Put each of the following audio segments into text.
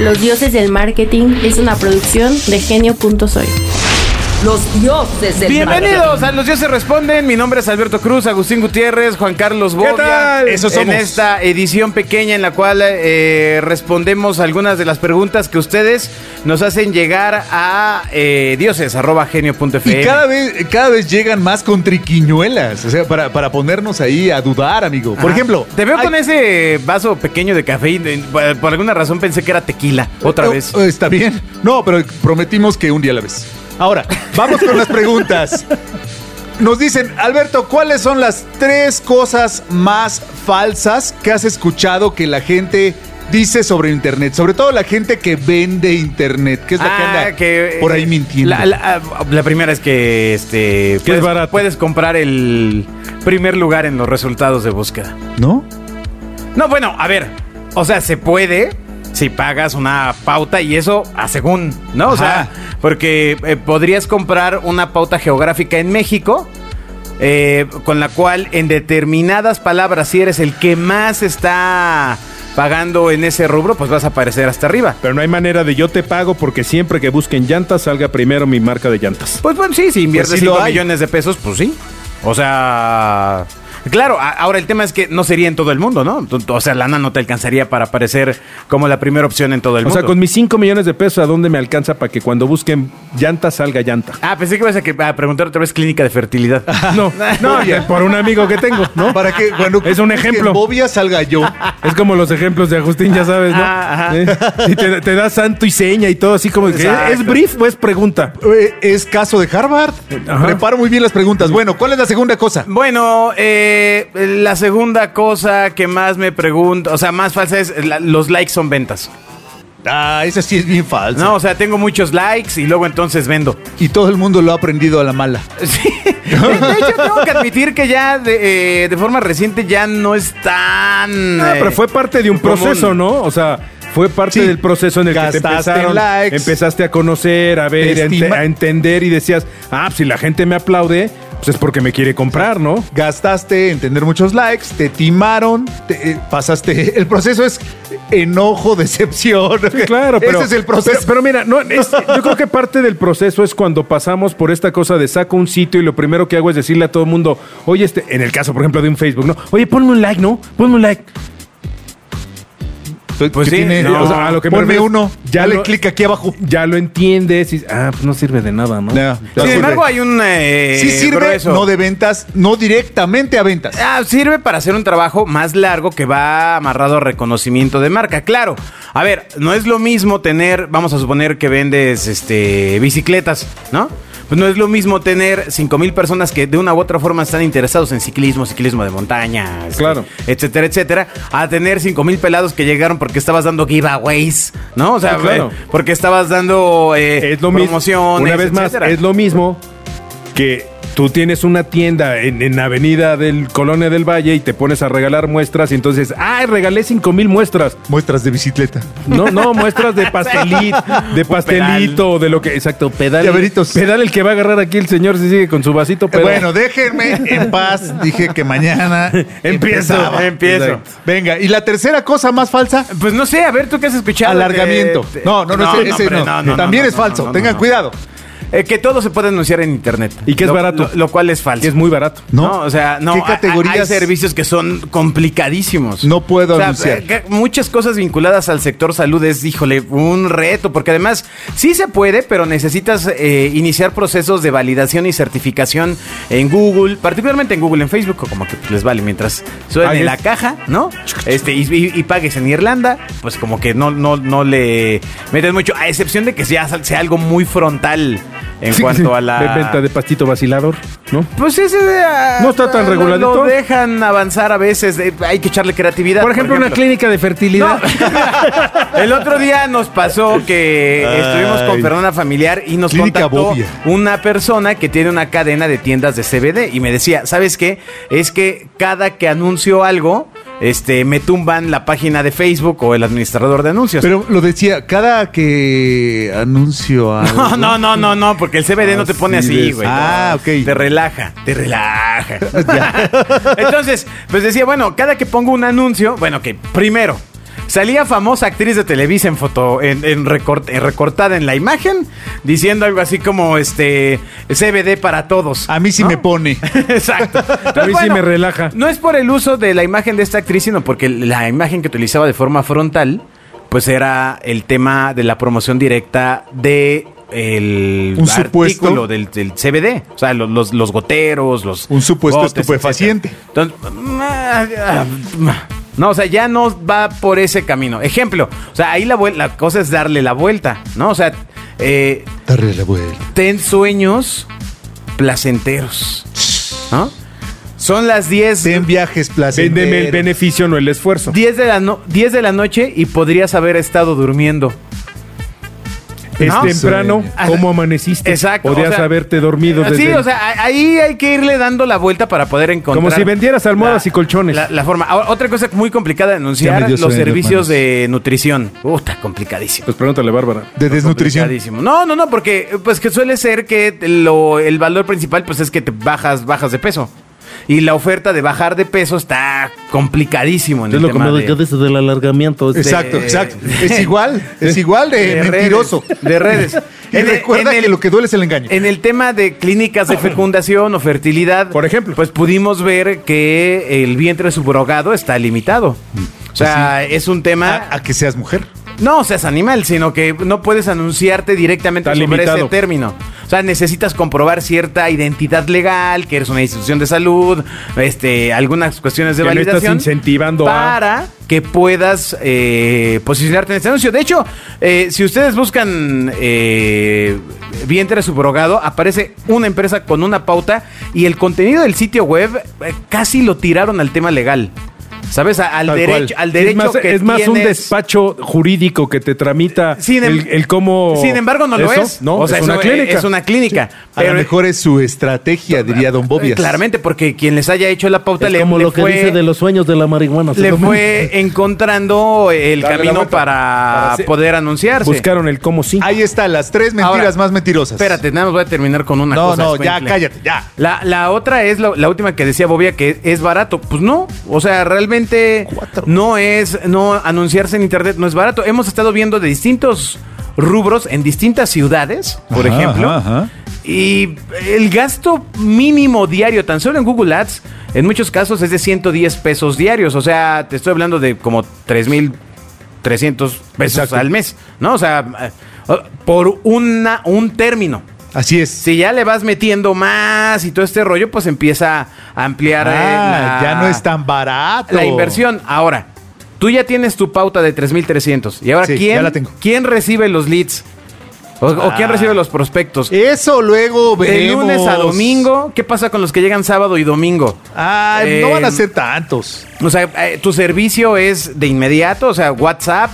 Los dioses del marketing es una producción de genio.soy. Los dioses del Bienvenidos a Los Dioses Responden. Mi nombre es Alberto Cruz, Agustín Gutiérrez, Juan Carlos Borgia. tal? Eso En somos. esta edición pequeña en la cual eh, respondemos algunas de las preguntas que ustedes nos hacen llegar a eh, dioses.genio.fm. Y cada vez, cada vez llegan más con triquiñuelas, o sea, para, para ponernos ahí a dudar, amigo. Por Ajá. ejemplo, Ah, te veo hay- con ese vaso pequeño de café y de- por, por alguna razón pensé que era tequila. Otra Oh, vez. oh, Está bien. No, pero prometimos que un día a la vez. Ahora, vamos con las preguntas. Nos dicen, Alberto, ¿cuáles son las tres cosas más falsas que has escuchado que la gente dice sobre Internet? Sobre todo la gente que vende Internet, que es la que Ah, anda que, por eh, ahí mintiendo. La, la- la primera es que este puedes, barato. puedes comprar el primer lugar en los resultados de búsqueda. ¿No? No, bueno, a ver. O sea, se puede si pagas una pauta y eso a según, ¿no? O sea, Ajá. porque eh, podrías comprar una pauta geográfica en México. eh, con la cual en determinadas palabras, si eres el que más está pagando en ese rubro, pues vas a aparecer hasta arriba. Pero no hay manera de yo te pago porque siempre que busquen llantas salga primero mi marca de llantas. Pues bueno, sí, si inviertes sí lo 5 hay. millones de pesos, pues sí. O sea. Claro, a- ahora el tema es que no sería en todo el mundo, ¿no? Tú- tú- O sea, lana no te alcanzaría para aparecer como la primera opción en todo el O mundo. sea, con mis 5 millones de pesos, ¿a dónde me alcanza para que cuando busquen llantas salga llanta? Ah, pensé que ibas a, que- a preguntar otra vez clínica de fertilidad. No, no, y por un amigo que tengo, ¿no? Para que cuando Es un ejemplo. que Bobia salga yo. Es como los ejemplos de Agustín, ya sabes, ¿no? Ah, ajá. ¿Eh? Y te, te da santo y seña y todo así como que Exacto. ¿es brief o es pregunta? Eh, Es caso de Harvard. Ajá. Preparo muy bien las preguntas. Bueno, ¿cuál es la segunda cosa? Bueno, eh, la segunda cosa que más me pregunto, o sea, más falsa es la- los likes son ventas. Ah, esa sí es bien falsa. No, o sea, tengo muchos likes y luego entonces vendo. Y todo el mundo lo ha aprendido a la mala. Sí. De, de hecho, tengo que admitir que ya de, eh, de forma reciente ya no es tan. Ah, eh, pero fue parte de un común. proceso, ¿no? O sea, fue parte Sí. del proceso en el que te Gastaste empezaron, likes. empezaste a conocer, a ver, Te a, ente- estima- a entender y decías, ah, pues, si la gente me aplaude, pues es porque me quiere comprar, ¿no? Gastaste en tener muchos likes, te timaron, te, eh, pasaste. El proceso es enojo, decepción. Sí, claro, pero. Ese es el proceso. Pero, pero mira, no, es- yo creo que parte del proceso es cuando pasamos por esta cosa de saco un sitio y lo primero que hago es decirle a todo el mundo, oye, este, en el caso, por ejemplo, de un Facebook, ¿no? Oye, ponme un like, ¿no? Ponme un like. pues sí, no. o sea, a lo que me Ponme refiero es, uno, ya le lo- clic aquí abajo. Ya lo entiendes y ah, pues no sirve de nada, ¿no? No, no Sin sirve. embargo, hay un. eh, sí sirve, grueso. no de ventas, no directamente a ventas. Ah, sirve para hacer un trabajo más largo que va amarrado a reconocimiento de marca. Claro, a ver, no es lo mismo tener, vamos a suponer que vendes este, bicicletas, ¿no? Pues no es lo mismo tener 5 mil personas que de una u otra forma están interesados en ciclismo, ciclismo de montaña, este, Claro. etcétera, etcétera, a tener 5 mil pelados que llegaron porque estabas dando giveaways, ¿no? O sea, Ah, claro. eh, porque estabas dando eh, es lo mismo. promociones, Una vez más, etcétera. es lo mismo que tú tienes una tienda en, en Avenida del Colonia del Valle y te pones a regalar muestras y entonces, ¡ay, regalé cinco mil muestras! Muestras de bicicleta. No, no, muestras de pastelito, de Un pedal. pastelito, de lo que, exacto, pedal. Llaveritos. Pedal el que va a agarrar aquí el señor si sigue con su vasito, pero... Bueno, déjenme en paz. Dije que mañana Empiezo, empezaba. empiezo. Exacto. Venga, y la tercera cosa más falsa, Pues no sé, a ver, ¿tú qué has escuchado? alargamiento. De- de- no, no, no, ese- ese hombre, no. no, no, También no, es no, falso. no, no, Tengan no. cuidado. Eh, que todo se puede anunciar en internet. Y que es Lo- barato. Lo, lo cual es falso. Que es muy barato. No, No. o sea, no. ¿Qué ha- ha- Hay categorías? servicios que son complicadísimos. No puedo O sea, anunciar. eh, que muchas cosas vinculadas al sector salud es, híjole, un reto, porque además sí se puede, pero necesitas eh, iniciar procesos de validación y certificación en Google, particularmente en Google, en Facebook, o como que les vale mientras suene Ahí es. la caja, ¿no? Este, y, y- y pagues en Irlanda, pues como que no, no, no le metes mucho, a excepción de que sea, sea algo muy frontal en Sí, cuanto sí. a la... De venta de pastito vacilador, ¿no? Pues ese de, ah, No está tan lo- reguladito. Lo dejan avanzar a veces. de- hay que echarle creatividad. Por ejemplo, una clínica de fertilidad. No. El otro día nos pasó que estuvimos con Fernanda Familiar y nos Clínica contactó Bobia. una persona que tiene una cadena de tiendas de CBD y me decía, ¿sabes qué? Es que cada que anuncio algo, este, me tumban la página de Facebook o el administrador de anuncios. Pero lo decía, cada que anuncio no, algo. no, no, no, no, porque el CBD no te pone Así así, es. güey. Ah, No, ok. Te relaja, te relaja. Entonces, pues decía, bueno, cada que pongo un anuncio, bueno, que primero, Salía famosa actriz de Televisa en foto, en, en recort- en recortada en la imagen, diciendo algo así como este CBD para todos. A mí sí ¿no? me pone. Exacto. Entonces, mí sí me relaja. No es por el uso de la imagen de esta actriz, sino porque la imagen que utilizaba de forma frontal, pues era el tema de la promoción directa de el Un supuesto- artículo del, del CBD, o sea, lo- los, los goteros, los Un supuesto gotes, estupefaciente. etcétera. Entonces, ah, ah, ah, no, o sea, ya no va por ese camino. Ejemplo, o sea, ahí la, vuel- la cosa es darle la vuelta, ¿no? O sea, eh, Darle la vuelta. ten sueños placenteros. ¿no? Son las 10. Ten viajes placenteros. Véndeme el beneficio, no el esfuerzo. 10 de, la no- 10 de la noche y podrías haber estado durmiendo. Es No, temprano, sueño. ¿cómo amaneciste? Exacto, Este, Podrías o sea, eh, haberte dormido desde... Sí, o sea, a- ahí hay que irle dando la vuelta para poder encontrar. Como si vendieras almohadas la- y colchones. La, la forma. Ahora, otra cosa muy complicada de Ya me anunciar: dio los sueño, servicios hermanos. de nutrición. Uh, está complicadísimo. Pues pregúntale, Bárbara. De desnutrición. Complicadísimo. No, no, no, porque pues que suele ser que lo, el valor principal pues es que te bajas, bajas de peso. Y la oferta de bajar de peso está complicadísimo en Es el lo tema como de- de, dices del alargamiento. este, Exacto, exacto. Es igual, es igual de, de mentiroso. redes, de redes. Y En el- recuerda en que el- lo que duele es el engaño. En el tema de clínicas de fecundación o fertilidad, Por ejemplo. pues pudimos ver que el vientre subrogado está limitado. Mm. O sea, Pues es un Ah, tema. A, a que seas mujer. No seas animal, sino que no puedes anunciarte directamente Está sobre limitado. ese término. O sea, necesitas comprobar cierta identidad legal, que eres una institución de salud, este, algunas cuestiones de Que no estás validación. incentivando a- para que puedas eh, posicionarte en este anuncio. De hecho, eh, si ustedes buscan eh, vientre subrogado, aparece una empresa con una pauta y el contenido del sitio web eh, casi lo tiraron al tema legal. ¿Sabes? A- Al Tal derecho, cual. al derecho es más, que es más un tienes- despacho jurídico que te tramita sin em- el, el cómo. Sin embargo, no lo Oh, Eso, es. No, O sea, es una eso clínica. Es una clínica. A lo mejor es su estrategia, diría Don Bobias. eh, Claramente, porque quien les haya hecho la pauta Es le, como le lo que fue, dice de los sueños de la marihuana. le ¿no? fue encontrando el Darle la camino vuelta. para, Para se- poder anunciarse. Buscaron el cómo sí. Ahí está, las tres mentiras Ahora, más mentirosas. Espérate, nada más voy a terminar con una No, cosa. no, ya, escuincle. cállate, ya. La, la otra es la, la última que decía Bobia, que es barato. Pues no, o sea, realmente Cuatro. no es, no anunciarse en internet no es barato. Hemos estado viendo de distintos rubros en distintas ciudades, por Ajá, ejemplo. ajá, ajá. Y el gasto mínimo diario, tan solo en Google Ads, en muchos casos es de 110 pesos diarios. O sea, te estoy hablando de como 3,300 pesos Exacto. al mes, ¿no? O sea, eh, por una, un término. Así es. Si ya le vas metiendo más y todo este rollo, pues empieza a ampliar eh, Ah, la- ya no es tan barato. la inversión. Ahora, tú ya tienes tu pauta de 3,300. Y ahora, Sí, ya ¿quién, la tengo. Ah. ¿quién recibe los leads? O, o quién recibe los prospectos? Eso luego De veremos. lunes a domingo, ¿qué pasa con los que llegan sábado y domingo? Ay, no Eh, van a ser tantos. O sea, eh, tu servicio es de inmediato, o sea, WhatsApp.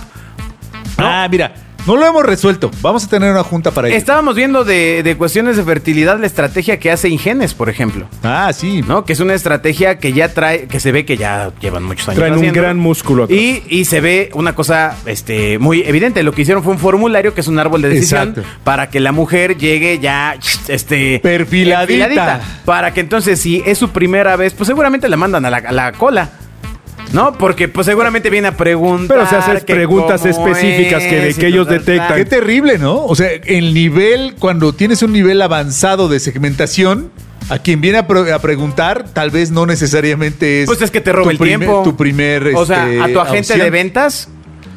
¿no? Ah, mira, no lo hemos resuelto. Vamos a tener una junta para ello. Estábamos viendo de, de cuestiones de fertilidad la estrategia que hace Ingenes, por ejemplo, Ah, sí. ¿no? Que es una estrategia que ya trae, que se ve que ya llevan muchos años. Traen un haciendo. gran músculo atrás. Y, y se ve una cosa este, muy evidente. Lo que hicieron fue un formulario que es un árbol de decisión Exacto. para que la mujer llegue ya este, Perfiladita. Para que entonces, si es su primera vez, pues seguramente la mandan a la, a la cola. ¿No? Porque pues seguramente viene a preguntar. Pero se haces que preguntas cómo específicas que de- es y que ellos ta, ta, ta. detectan. Qué terrible, ¿no? O sea, el nivel, cuando tienes un nivel avanzado de segmentación, a quien viene a, pre- a preguntar, tal vez no necesariamente es. Pues es que te roba tu el primer- tiempo. Tu primer. O sea, este, a tu agente opción. de ventas,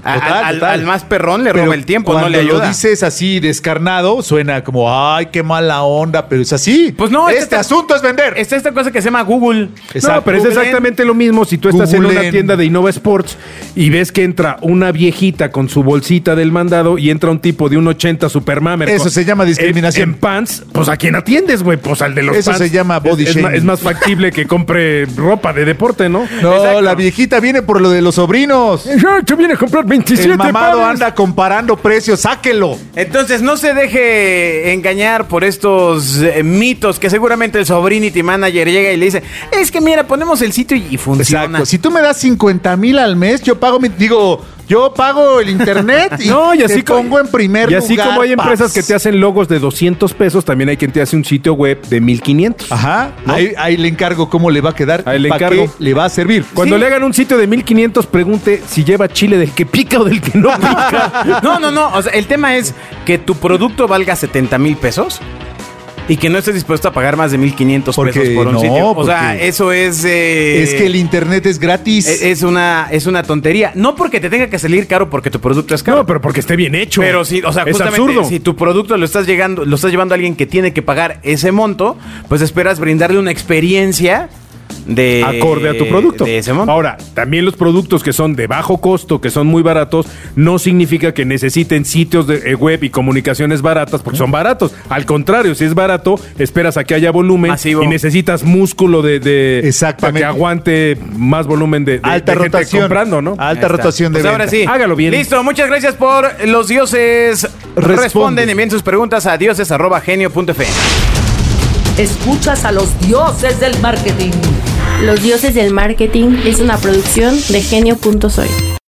a- Total, al- al, total. al más perrón le Pero roba el tiempo, no le cuando ayuda. lo dices así descarnado, suena como, ay, qué mala onda, pero es así. Pues no, este, este- asunto es vender. Está esta cosa que se llama Google. No, pero es Googleen. exactamente lo mismo si tú estás en una Googleen. tienda de Innova Sports y ves que entra una viejita con su bolsita del mandado y entra un tipo de un 80 supermamer. Eso con- se llama discriminación. En, en pants, pues ¿a quién atiendes, güey? Pues al de los Eso pants. se llama body es, es shaming. ma- es más factible que compre ropa de deporte, ¿no? No, Exacto. la viejita viene por lo de los sobrinos. Yo, yo vine a comprar 27 El mamado pares. anda comparando precios, sáquelo. Entonces no se deje engañar por estos eh, mitos que seguramente el sobrinity manager llega y le dice, es que mira, ponemos el sitio y, y funciona. Exacto. Si tú me das 50 mil al mes, yo pago mi. Digo, Yo pago el internet y, no, y así te como- pongo en primer Y lugar. así como hay empresas paps. que te hacen logos de 200 pesos, también hay quien te hace un sitio web de 1500. Ajá, ahí, ahí le encargo cómo le va a quedar Ahí y le pa' qué encargo. le va a servir. Cuando Sí. le hagan un sitio de 1500, pregunte si lleva chile del que pica o del que no pica. No, no, no. O sea, el tema es que tu producto valga 70 mil pesos y que no estés dispuesto a pagar más de 1500 Porque pesos por un no, sitio. O sea, porque- eso es. eh, es que el internet es gratis. Eh, e- es una, es una tontería. No porque te tenga que salir caro porque tu producto es caro. No, pero porque esté bien hecho. Pero sí, o sea, es justamente absurdo. si tu producto lo estás llegando, lo estás llevando a alguien que tiene que pagar ese monto, pues esperas brindarle una experiencia de acorde a tu producto. eh, De ese monto. Ahora, también los productos que son de bajo costo, que son muy baratos, no significa que necesiten sitios de eh, web y comunicaciones baratas, porque son baratos. Al contrario, si es barato, esperas a que haya volumen Masivo. y necesitas músculo de, de- Exactamente. para que aguante más volumen de, de- alta de gente rotación. comprando, ¿no? Ahí Alta está. rotación de Pues ahora venta. sí. Hágalo bien. Listo, muchas gracias por los dioses. Responde. Responden, envíen sus preguntas a dioses.genio.fm. Escuchas a los dioses del marketing. Los dioses del marketing es una producción de genio.soy.